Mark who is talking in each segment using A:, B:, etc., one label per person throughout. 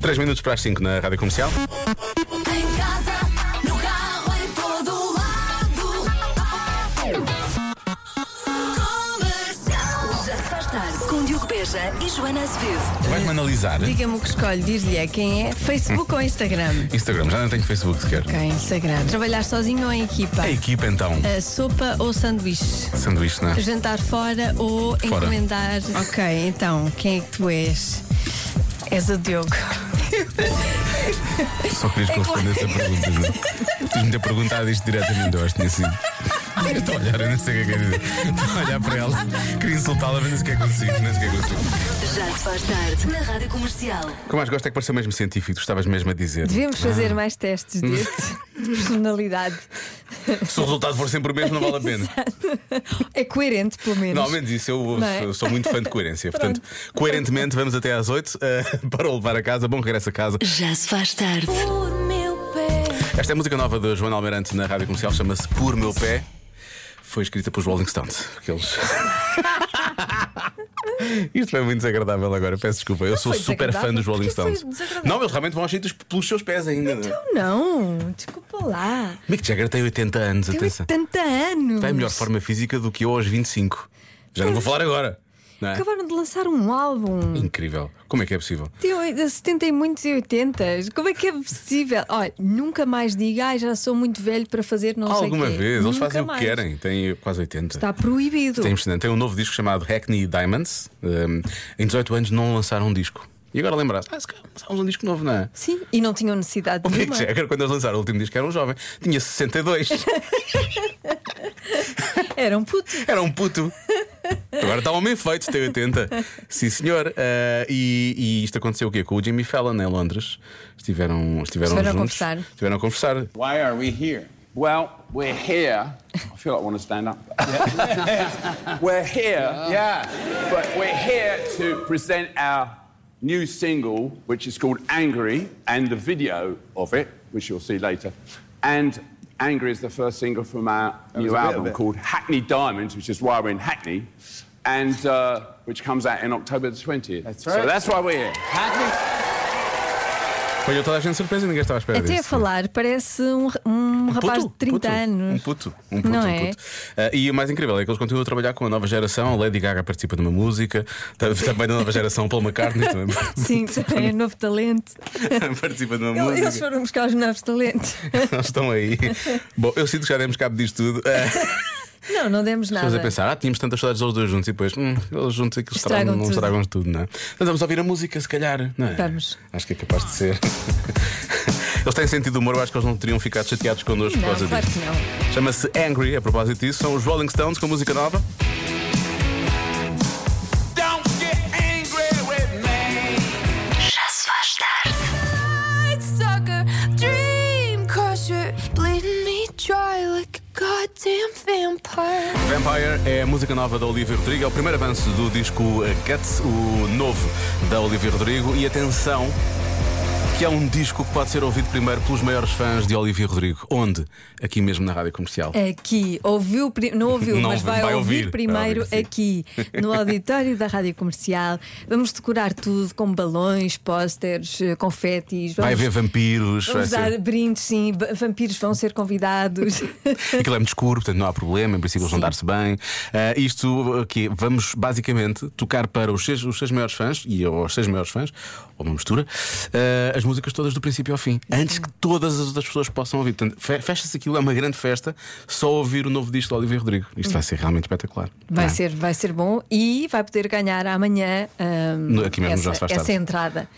A: 3 minutos para as 5 na Rádio Comercial.
B: Em casa, no carro, em todo lado. Comercial. Já se faz tarde com Diogo Beja e Joana Azevedo.
A: Vais-me analisar
C: Diga-me o que escolhe, diz-lhe é quem é, Facebook ou Instagram?
A: Instagram, já não tenho Facebook sequer.
C: Ok, Instagram. Trabalhar sozinho ou em equipa?
A: A equipa então,
C: A sopa ou sanduíche?
A: sanduíche, não é?
C: Jantar fora ou
A: Fora.
C: encomendar? Ok, então, quem é que tu és? És o Diogo.
A: Só querias que eu respondesse a pergunta, não é? Fiz-me a perguntar disto diretamente, eu acho que tinha sido. Eu estou a olhar, eu não sei o que é que é dizer. Estou a olhar para ela, queria insultá-la, mas não sei o que é que consigo, não sei o que é que consigo.
B: Já se faz tarde na Rádio Comercial.
A: O que eu mais gosto é que pareceu mesmo científico, tu estavas mesmo a dizer.
C: Devemos fazer mais testes destes de personalidade.
A: Se o resultado for sempre o mesmo, não vale a pena.
C: É coerente, pelo menos.
A: Normalmente isso, eu
C: Não é?
A: sou- sou muito fã de coerência. Portanto, coerentemente, vamos até às 8 para o levar a casa. Bom regresso a casa.
B: Já se faz tarde.
A: Esta é a música nova de Joana Almeirante na rádio comercial, chama-se Por Meu Pé. Foi escrita pelos Rolling Stones. Porque eles. Isto foi muito desagradável agora, peço desculpa. Eu sou
C: foi
A: super fã
C: desagradável.
A: dos Rolling
C: Porquê foi
A: Stones.
C: desagradável? Então,
A: Não, eles realmente vão aos sítios pelos seus pés ainda.
C: Não, desculpa lá.
A: Mick Jagger tem 80 anos,
C: Tem
A: atenção.
C: 80 anos.
A: Tem a melhor forma física do que eu aos 25. Já não vou falar agora. Não é?
C: Acabaram de lançar um álbum.
A: Incrível. Como é que é possível?
C: Tem oi- 70 e muitos e 80. Como é que é possível? Olha, nunca mais diga, ai, já sou muito velho para fazer não sei
A: Alguma
C: quê."
A: vez, eles
C: Nunca
A: fazem o
C: mais.
A: que querem, têm quase 80.
C: Está proibido.
A: Tem impressionante. Tem um novo disco chamado Hackney Diamonds. Um, em 18 anos não lançaram um disco. E agora lembrar-se, ah, se calhar lançámos um disco novo, não é?
C: Sim, e não tinham necessidade
A: O é
C: de
A: Mick Jagger, quando eles lançaram o último disco, era um jovem, tinha 62, é?
C: Era um puto.
A: era um puto. Agora está um homem feito, tem 80. Sim, senhor. Ah, e, e isto aconteceu o quê? Com o Jimmy Fallon em Londres. Estiveram, estiveram,
C: Estiveram a
A: juntos.
C: conversar.
A: Estiveram a conversar.
D: Why are we here? Well, we're here. I feel like I want to stand up. we're here, yeah. But we're here to present our new single, which is called Angry, and the video of it, which you'll see later. And Angry is the first single from our
E: was a
D: new
E: bit of
D: album
E: it.
D: called Hackney Diamonds, which is why we're in Hackney, and uh, which comes out in October the 20th.
E: That's
D: So
E: right.
D: that's why we're here.
A: Foi toda a gente de surpresa e ninguém estava à espera
C: Até
A: disso.
C: a falar, parece um, um rapaz
A: Puto,
C: de 30
A: puto,
C: anos.
A: Um puto, um puto,
C: Não
A: um
C: é?
A: puto. Ah, e o mais incrível é que eles continuam a trabalhar com a nova geração. A Lady Gaga participa de uma música, ta- também da nova geração, Paul McCartney também
C: Sim, é novo talento.
A: participa de uma
C: Eles eles
A: música.
C: foram buscar os novos talentos.
A: Eles estão aí. Bom, eu sinto que já demos cabo disto tudo. Ah,
C: Não, não demos
A: Estamos
C: nada.
A: a pensar, ah, tínhamos tantas saudades dos dois juntos e depois, hum, eles juntos aquilo
C: Estragam
A: estragam, não
C: tudo.
A: estragam tudo, não é? Então vamos ouvir a música, se calhar, não é?
C: Vamos.
A: Acho que é capaz de ser. Eles têm sentido de humor, eu acho que eles não teriam ficado chateados connosco por
C: Não,
A: causa
C: claro
A: disso.
C: que não.
A: Chama-se Angry, a propósito disso. São os Rolling Stones com música nova.
E: Don't get angry with me.
B: Já se faz tarde.
F: sucker, dream crusher, bleeding me dry like a goddamn vampire.
A: Vampire é a música nova da Olivia Rodrigo. É o primeiro avanço do disco eh, Guts, o novo da Olivia Rodrigo. E atenção, que é um disco que pode ser ouvido primeiro pelos maiores fãs de Olivia Rodrigo. Onde? Aqui mesmo na rádio comercial.
C: É, Aqui, ouviu, pri- não ouviu,
A: Não
C: mas vai,
A: vai
C: ouvir,
A: ouvir,
C: primeiro
A: vai ouvir,
C: aqui, no auditório da Rádio Comercial. Vamos decorar tudo com balões, pósteres, eh, confetis. Vamos,
A: Vai haver vampiros. Vai
C: Vamos dar
A: ser...
C: brindes, sim. ba- Vampiros vão ser convidados.
A: Aquilo é muito escuro, portanto não há problema. Em princípio, eles vão dar-se bem. Ah, isto aqui, vamos basicamente tocar para os seis, os seis maiores fãs, e eu aos seis maiores fãs, ou uma mistura, ah, as músicas todas do princípio ao fim, antes que todas as outras pessoas possam ouvir. Portanto, fe- fecha-se aquilo, é uma grande festa, só ouvir o novo disco de Olivier Rodrigo. Isto vai ser realmente espetacular. Não
C: Vai,
A: é?
C: ser, vai ser bom e vai poder ganhar amanhã ahm,
A: No- aqui mesmo,
C: essa,
A: já se faz
C: essa
A: tarde.
C: entrada.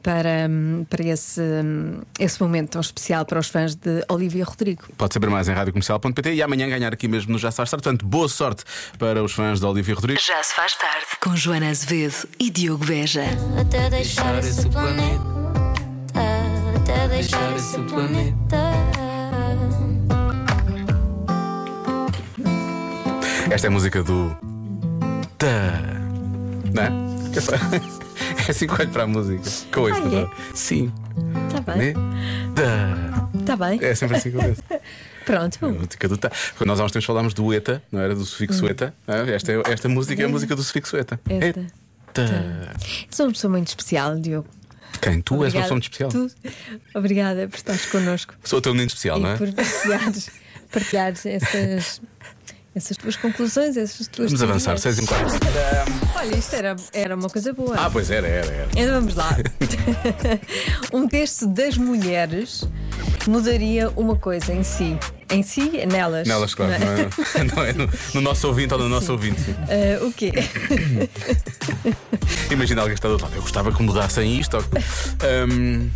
C: Para, ahm, para esse, ahm, esse momento tão especial para os fãs de Olivia Rodrigo.
A: Pode saber mais em radiocomercial.pt e amanhã ganhar aqui mesmo no Já Sabes Estar. Portanto, boa sorte para os fãs de Olivier Rodrigo.
B: Já se faz tarde com Joana Azevedo e Diogo Beja.
G: Até deixar esse planeta Até deixar esse planeta
A: Esta é a música do. Tá. Não é? É só- É assim que olho para a música. Que eu ouço,
C: Ah,
A: não
C: é?
A: é? Sim.
C: Está
A: Né?
C: bem,
A: Tá.
C: está bem.
A: É sempre assim que eu ouço.
C: Pronto.
A: A música do tá. Quando nós há uns tempos falámos do ETA, não era? Do
C: Hum.
A: sufixo ETA. não é? Esta, é- esta música é a música do sufixo ETA.
C: Esta.
A: Eta.
C: Sou uma pessoa muito especial, Diogo.
A: Quem? Tu és uma pessoa muito especial.
C: Tu- Obrigada por estares connosco
A: Sou o teu menino especial, não é?
C: e por partilhares, partilhares essas, essas tuas conclusões, essas tuas.
A: Vamos avançar,
C: teorias.
A: 6 e 4.
C: Olha, isto era, era uma coisa boa.
A: Ah, pois era, era, era.
C: Então vamos lá. um texto das mulheres mudaria uma coisa em si. Em si, nelas.
A: Nelas, claro,
C: Não é?
A: não é? Não é no, no nosso ouvinte ou no nosso ouvinte.
C: Eh, o quê?
A: Imagina alguém que está do outro lado. Eu gostava que mudassem isto. ou que- Ahm,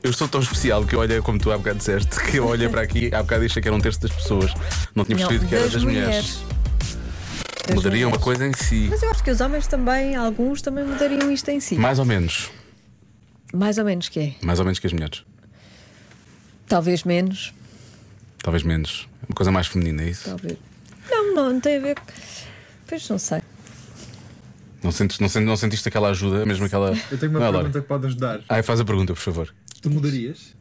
A: eu sou tão especial que eu olhei, como tu há bocado disseste, que eu olhei para aqui, há bocado e achei que era um terço das pessoas. Não tinha percebido que era das, mulheres.
C: Das
A: Mudaria uma
C: mulheres.
A: coisa em si.
C: Mas eu acho que os homens também, alguns também mudariam isto em si.
A: Mais ou menos.
C: Mais ou menos que é.
A: Mais ou menos que as mulheres.
C: Talvez menos.
A: Talvez menos. Uma coisa mais feminina, é isso?
C: Talvez. Não, não, não tem a ver. com- Pois não sei.
A: Não, sentes, não, sentes, não sentiste aquela ajuda, mesmo aquela.
H: Eu tenho uma
A: Não é, Laura?
H: pergunta que pode ajudar.
A: Ai, faz a pergunta, por favor.
H: Tu mudarias?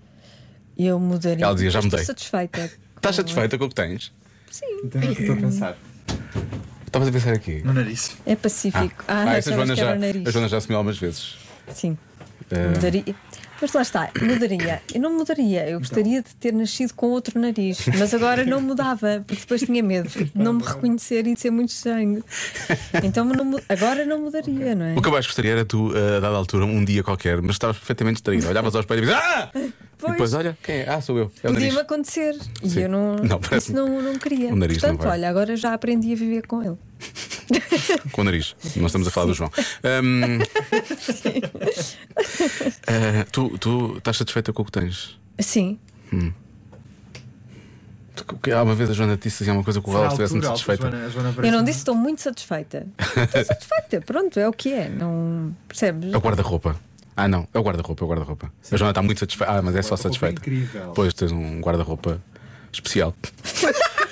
C: Eu mudaria.
A: Ela dizia, já
C: Estou
A: mudei.
C: satisfeita.
A: Estás satisfeita com o que tens?
H: Então é o que estou a pensar.
A: Estavas a pensar aqui.
H: No nariz.
C: É pacífico. Ah,
A: Ah,
C: ah
A: essa Joana já, a Joana já assumiu algumas vezes.
C: Sim.
A: Eh,
C: Mudaria. Mas lá está, mudaria. Eu não mudaria.
A: Então.
C: Eu gostaria de ter nascido com outro nariz, mas agora não mudava, porque depois tinha medo de
A: Então
C: não me reconhecer e de ser muito estranho. Então não mu- agora não mudaria, não é?
A: O que eu mais gostaria era tu, eh, a dada altura, um dia qualquer, mas estavas perfeitamente distraído. Olhavas ao espelho e dizias Ah! E depois, olha, quem é? Ah, sou eu. É o nariz.
C: Podia-me acontecer e
A: Sim.
C: eu não,
A: Não, parece-
C: isso não, não queria.
A: O nariz não
C: Portanto,
A: vai.
C: olha, agora já aprendi a viver com ele.
A: Com o nariz. Nós estamos a falar do João. Ahm, eh, tu, tu estás satisfeita com o que tens?
C: Sim,
A: Tu- que- Há uma vez a Joana te disse assim, uma coisa com o qual ela
H: Será a
A: estivesse muito
H: altura, Alfa,
A: satisfeita.
H: Joana- a Joana
C: eu
H: parece-
C: não disse estou muito satisfeita. Estou satisfeita, pronto, é o que é. Não percebes?
A: É o guarda-roupa. Ah, não, é o guarda-roupa, é o guarda-roupa. A Joana está muito satisfeita. Ah, mas é só
H: Guarda-roupa
A: satisfeita.
H: incrível.
A: Pois tens um guarda-roupa especial.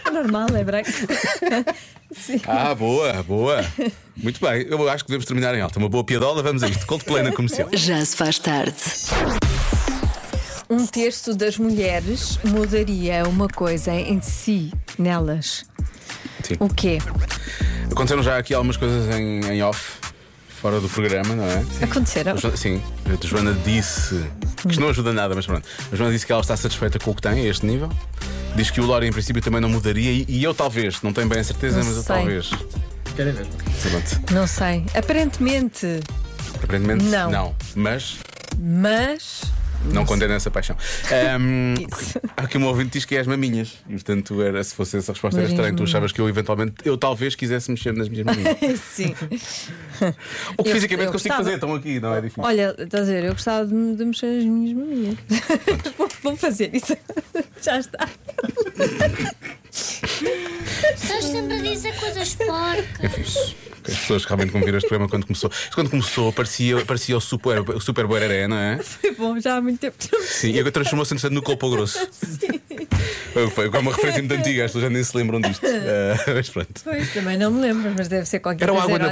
C: É normal, é branco. Sim.
A: Ah, boa, boa. Muito bem, eu acho que devemos terminar em alta. Uma boa piadola, vamos a isto. Coldplay na comercial.
B: Já se faz tarde.
C: Um terço das mulheres mudaria uma coisa em si, nelas.
A: Sim.
C: O quê?
A: Aconteceram já aqui algumas coisas em, em off, fora do programa, não é?
C: Aconteceram?
A: A Joana- Sim, a Joana disse que isto não ajuda nada, mas pronto. A Joana disse que ela está satisfeita com o que tem a este nível. Diz que o Lori em princípio também não mudaria e, e eu talvez, não tenho bem a certeza,
C: Não
A: mas eu
C: sei.
A: talvez.
H: Querem ver?
A: Pronto.
C: Não sei. Aparentemente,
A: Aparentemente
C: Não.
A: Mas
C: mas.
A: não condena essa paixão. Ahm,
C: Isso.
A: há aqui um ouvinte que diz que é as maminhas. E, portanto, era, se fosse essa a resposta era
C: Mas as
A: estranha. Tu
C: maminhas.
A: achavas que eu eventualmente, eu talvez quisesse mexer nas minhas maminhas.
C: Sim.
A: O que
C: Eu-
A: fisicamente consigo
C: eu gostava.
A: fazer, estão aqui, não é difícil.
C: Olha, estás a ver, eu gostava de, de mexer as minhas maminhas. vou, vou fazer isso. Já está.
G: Estás sempre a dizer coisas porcas.
A: Enfim, as pessoas realmente como viram este programa quando começou. Isto Quando começou, parecia, parecia o Super, o super Boreré, não é?
C: Foi bom, já há muito tempo.
A: Sim, e agora transformou-se entretanto, no Copo Grosso. Foi- Foi uma referência muito antiga, as pessoas já nem se lembram disto. Ah, mas pronto.
C: Pois, também não me lembro, mas deve ser qualquer
A: Era o
C: coisa.
A: água na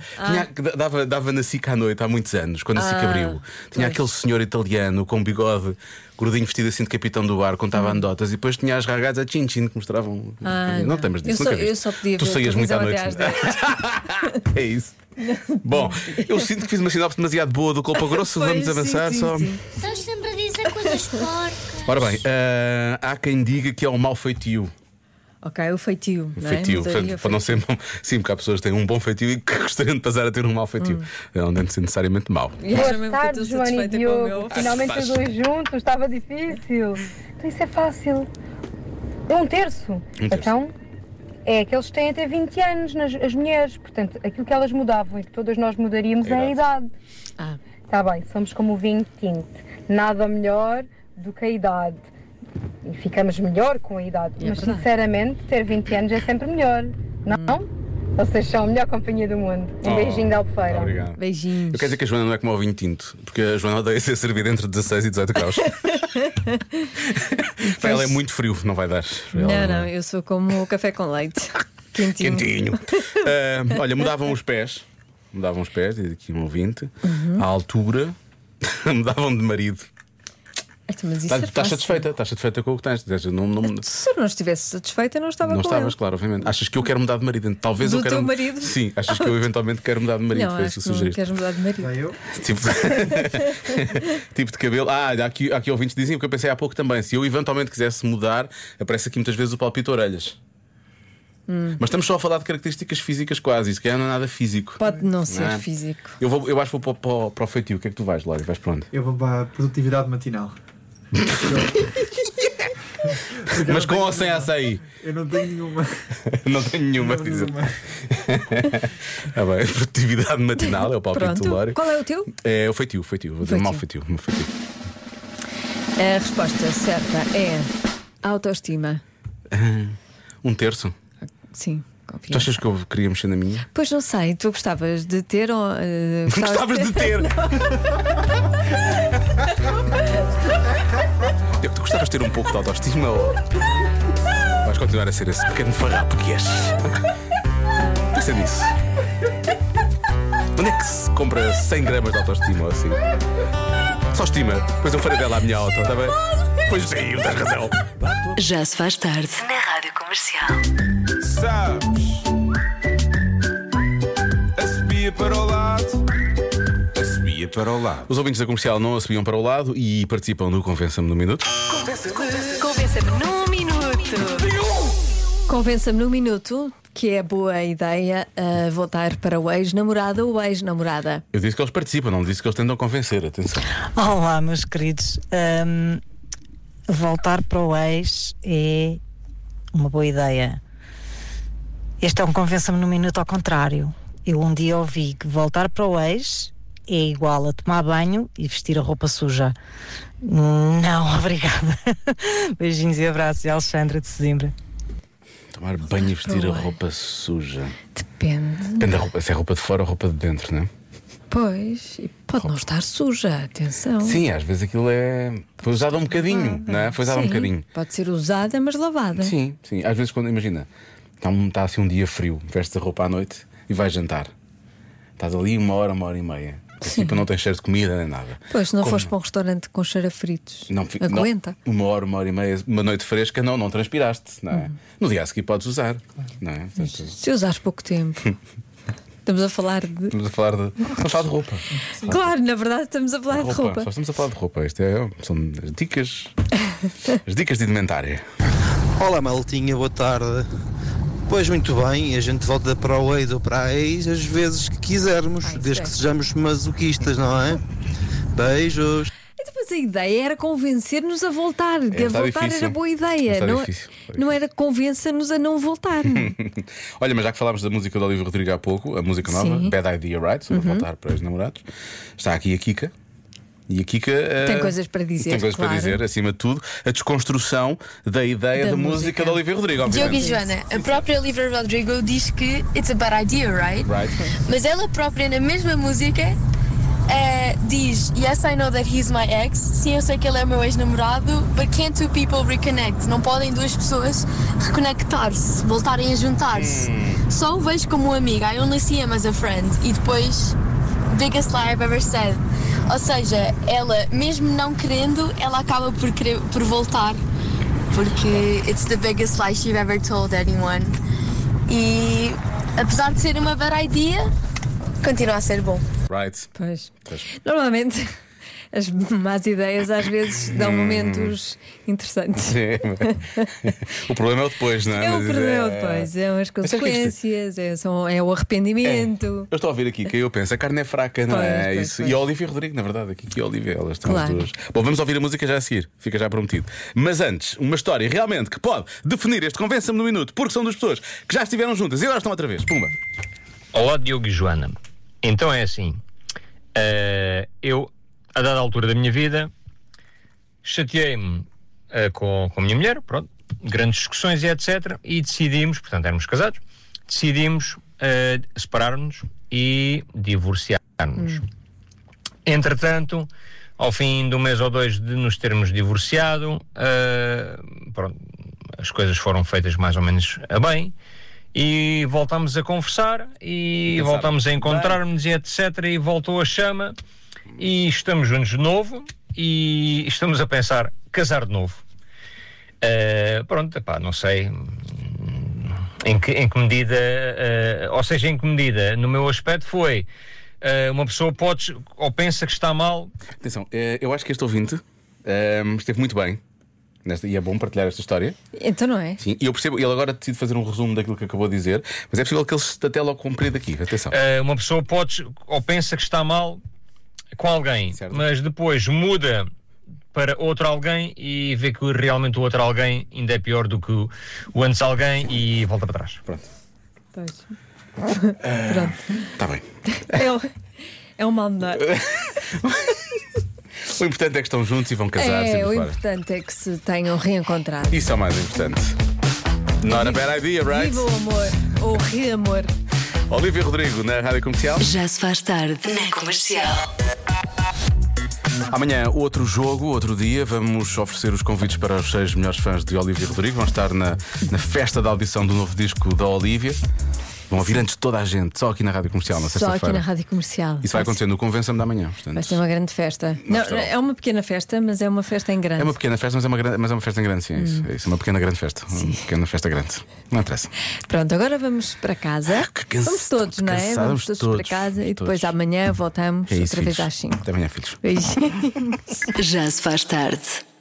A: boca.
C: Ah,
A: Tinha- que d- dava, dava na SICA à noite há muitos anos, quando a SICA
C: Ah,
A: abriu. Tinha
C: pois.
A: aquele senhor italiano com um bigode, gordinho vestido assim de capitão do bar, contava anedotas e depois tinha as ragadas a chin-chin que mostravam.
C: Hum.
A: um
C: Ah,
A: não, temos disso,
C: eu só,
A: nunca viste.
C: eu só podia
A: Tu
C: ver
A: saías muito à
C: televisão
A: noite.
C: até às 10.
A: É isso. Bom, eu sinto que fiz uma sinopse demasiado boa do Copa Grosso.
C: Pois,
A: Vamos
C: sim,
A: avançar
C: sim,
A: só.
C: sim.
G: Estás sempre a dizer coisas porcas.
A: Ora bem, eh, há quem diga que é um mau feitio.
C: Ok, o feitio. não é?
A: Um feitio,
C: Mudaria
A: portanto,
C: o
A: para não
C: feitio.
A: ser bom. Sim, porque há pessoas que têm um bom feitio e que gostariam de passar a ter um mau feitio.
C: Hum.
A: Não deve ser necessariamente mau.
C: E acho
I: Boa
C: mesmo que eu estou
I: tarde, Joana e
C: satisfeita com o meu.
I: Diogo. Finalmente os dois juntos, estava difícil. Então isso é fácil. É um terço.
A: terço.
I: Então é aqueles que têm até 20 anos, nas, as mulheres. Portanto, aquilo que elas mudavam e que todas nós mudaríamos é a idade.
C: Ah.
I: Está bem, somos como o vinho tinto. Nada melhor do que a idade. E ficamos melhor com a idade.
C: É
I: Mas
C: verdade.
I: sinceramente, ter 20 anos é sempre melhor. Não? Vocês são a melhor companhia do mundo. Um
A: Oh,
I: beijinho da Albufeira.
A: Obrigado.
C: Beijinhos.
A: Eu quero dizer que a Joana não é como o vinho tinto, porque a Joana odeia ser servida entre 16 e 18 graus. Para ela é muito frio, não vai dar. Para ela é
C: Não, não, eu sou como o café com leite. Quentinho.
A: Quentinho. Ah, olha, mudavam os pés. Mudavam os
C: Uhum.
A: pés, diz aqui um ouvinte. À altura, mudavam de marido.
C: A Então, mas isso
A: Estás,
C: é
A: estás
C: fácil.
A: satisfeita, estás satisfeita com o que tens. Dizes, Não, não, não
C: Se eu não estivesse satisfeita, eu não estava com
A: estavas,
C: ele.
A: claro, obviamente. Achas que eu quero mudar de marido? Então, Talvez
C: Do
A: eu quero.
C: teu marido?
A: Sim, achas que eu eventualmente quero mudar de marido?
C: Não,
A: foi isso
C: acho
A: que
C: que não
A: sugeriste.
C: queres mudar de marido.
H: Lá eu.
A: Tipo, tipo de cabelo. Ah, há aqui, há aqui ouvintes diziam que eu pensei há pouco também. Se eu eventualmente quisesse mudar, aparece aqui muitas vezes o palpite orelhas.
C: Hum.
A: Mas estamos só a falar de características físicas quase, isso que não é nada físico.
C: Pode não ser
A: é?
C: físico.
A: Eu, vou, eu acho que vou para, o- para, o- para o feitio. O que é que tu vais, Lória? Vais para onde?
H: Eu vou para a produtividade matinal. Porque eu
A: Mas
H: não
A: com
H: tenho
A: ou sem
H: nenhuma.
A: açaí?
H: Eu não tenho nenhuma.
A: Não tenho nenhuma a dizer.
H: nenhuma.
A: Ah, bem, produtividade matinal é o palpite do
C: Pronto.
A: Lória.
C: Qual é o teu?
A: É o feitio, feitio. Vou dizer
C: Feitio.
A: mau feitio. mau feitio.
C: A resposta certa é autoestima.
A: Um terço.
C: Sim,
A: Tu
C: confiança.
A: achas que eu queria mexer na minha?
C: Pois não sei, tu gostavas de ter ou. eh,
A: Gostavas de ter! Eu- Tu gostavas de ter um pouco de autoestima ou. Vais continuar a ser esse pequeno farrapo que és? Pensa nisso. Onde é que se compra 100 gramas de autoestima ou assim? Só estima. Depois eu farei dela à minha auto, está bem? Pois sim, tens razão.
B: Já se faz tarde na Rádio Comercial.
E: Sabes? A subia para o lado. A subia para o lado.
A: Os ouvintes da comercial não a subiam para o lado e participam do Convença-me no Minuto.
B: Convença-me num minuto.
C: Convença-me num minuto que é boa ideia ah, voltar para o ex-namorado ou ex-namorada.
A: Eu disse que eles participam, não disse que eles tentam convencer. Atenção.
J: Olá, meus queridos. Ahm, voltar para o ex é uma boa ideia. Este é um convença-me no minuto ao contrário. Eu um dia ouvi que voltar para o ex é igual a tomar banho e vestir a roupa suja. Não, obrigada. Beijinhos e abraços, Alexandra de Sesimbra.
A: Tomar banho e vestir a
C: Ué.
A: roupa suja.
C: Depende.
A: Depende da roupa, se é roupa de fora ou roupa de dentro, não é?
C: Pois, e pode não estar suja, atenção.
A: Sim, às vezes aquilo é. Foi usado um bocadinho, não é? Foi usado um
C: Sim,
A: bocadinho.
C: Pode ser usada, mas lavada.
A: Sim, sim. Às vezes, quando, imagina, está, um, está assim um dia frio, vestes a roupa à noite e vais jantar. Estás ali uma hora, uma hora e meia. Tipo, não tens cheiro de comida nem nada.
C: Pois, se não
A: Como-
C: fores para um restaurante com cheiro a fritos,
A: Não, fi- não-
C: aguenta.
A: uma hora, uma hora e meia, uma noite fresca, não, não transpiraste, não
C: Hum.
A: é? No dia a seguir podes usar, não é? Portanto,
C: Se usares pouco tempo. Estamos a falar de.
A: estamos a falar de. Estamos a falar de roupa.
C: Claro, na verdade estamos a falar de roupa.
A: Só estamos a falar de roupa. Isto é, são as dicas. as dicas de indumentária.
K: Olá Maltinha, boa tarde. Pois muito bem, a gente volta para o ex ou para a ex as vezes que quisermos,
C: isso
K: desde
C: é.
K: que sejamos masoquistas, não é? Beijos.
C: Então, Mas a ideia era convencer-nos a voltar. que a
A: está
C: voltar
A: É, tá difícil.
C: era boa ideia.
A: Está
C: não, é-
A: difícil. Hum. Está
C: não era convença-nos a não voltar.
A: Olha, mas já que falámos da música do Olívio Rodrigo há pouco, a música nova,
C: Sim. Uhum.
A: Bad Idea Right, sobre voltar para os namorados, está aqui a Kika. E a Kika. eh,
C: Tem coisas para dizer,
A: Tem coisas para
C: claro.
A: dizer, acima de tudo, a desconstrução da ideia da,
C: Da
A: música.
C: música.
A: do Olívio Rodrigo,
I: Diogo e
A: obviamente.
I: Joana, a própria Olivia Rodrigo diz que it's a bad idea, right?
A: Right.
I: Mas ela própria, na mesma música, eh, diz Yes, I know that he's my ex. Sim, eu sei que ele é meu ex-namorado. But can't two people reconnect? Não podem duas pessoas reconectar-se, voltarem a juntar-se. Só o vejo como um amigo. I only see him as a friend. E depois, biggest lie I've ever said. Ou seja, ela, mesmo não querendo, ela acaba por, querer, por voltar. Porque it's the biggest lie she've ever told anyone. E apesar de ser uma bad idea, continua a ser bom.
A: Right.
C: Pois. Normalmente as más ideias às vezes dão
A: Hum.
C: momentos interessantes.
A: É, o problema é o depois, não é?
C: É o
A: Mas,
C: problema
A: eh,
C: depois, são
A: Mas
C: as
A: sabes que isto-
C: consequências, é, são- é o arrependimento.
A: Eu estou a ouvir aqui que eu penso, a carne é fraca, não é?
C: Pois, pois,
A: Isso.
C: pois.
A: E a Olivia Rodrigo, na verdade, aqui que a Olivia, elas estão as
C: Claro.
A: duas. Bom, vamos ouvir a música já a seguir, fica já prometido. Mas antes, uma história realmente que pode definir este Convença-me no Minuto, porque são duas pessoas que já estiveram juntas e agora estão outra vez. Pumba!
J: Olá, Diogo e Joana. Então é assim. eh, eu, a dada altura da minha vida, chateei-me eh, com, com a minha mulher, pronto, grandes discussões e etc. E decidimos, portanto, éramos casados, decidimos eh, separar-nos e divorciar-nos. Entretanto, ao fim de um mês ou dois de nos termos divorciado, eh, pronto, as coisas foram feitas mais ou menos a bem e voltámos a conversar e
A: Pensar.
J: voltámos a encontrar-nos e etc. E voltou a chama e estamos juntos de novo. e estamos a pensar casar de novo. Eh, pronto, epá, não sei em que, em que medida, eh, ou seja, em que medida, no meu aspecto foi eh, uma pessoa pode ou pensa que está mal.
A: Atenção, eh, eu acho que este ouvinte ehm, esteve muito bem. nesta- e é bom partilhar esta história.
C: Então não é?
A: Sim, e eu percebo, ele agora decide fazer um resumo daquilo que acabou de dizer, mas é possível que ele se estatele ao comprido aqui. Atenção.
J: Eh, uma pessoa pode ou pensa que está mal com alguém, mas depois muda para outro alguém e vê que realmente o outro alguém ainda é pior do que o o antes alguém e volta para trás.
A: Pronto.
C: Pois.
A: Pronto. Está Tá bem.
C: É, o- é um mal menor.
A: O importante é que estão juntos e vão casar
C: É,
A: sempre
C: o
A: fora.
C: importante é que se tenham reencontrado.
A: Isso é o mais importante. Not a bad idea, right?
C: Viva o amor, ou reamor.
A: Olivia Rodrigo na Rádio Comercial.
B: Já se faz tarde na comercial.
A: Amanhã, outro jogo, outro dia, vamos oferecer os convites para os seis melhores fãs de Olivia Rodrigo. Vão estar na, na festa da audição do novo disco da Olivia. Vão ouvir antes de toda a gente, só aqui na Rádio Comercial, na
C: Só aqui
A: sexta-feira.
C: na rádio comercial.
A: Isso vai acontecer no Convença-me da manhã. Portanto,
C: Vai ser uma grande festa. Não, é uma pequena festa, mas é uma festa em grande.
A: é uma pequena festa, mas é uma, grande, mas é uma festa em grande, sim. É isso,
C: Hum.
A: é isso, uma pequena grande festa. Uma pequena festa grande. Não interessa.
C: Pronto, agora vamos para casa.
A: Ah, cansa-
C: Vamos todos, não é?
A: cansados,
C: Vamos todos,
A: todos,
C: para casa e
A: todos.
C: depois amanhã voltamos
A: É isso,
C: outra vez
A: filhos.
C: às 5.
A: Até amanhã, filhos.
C: Beijinhos.
B: Já se faz tarde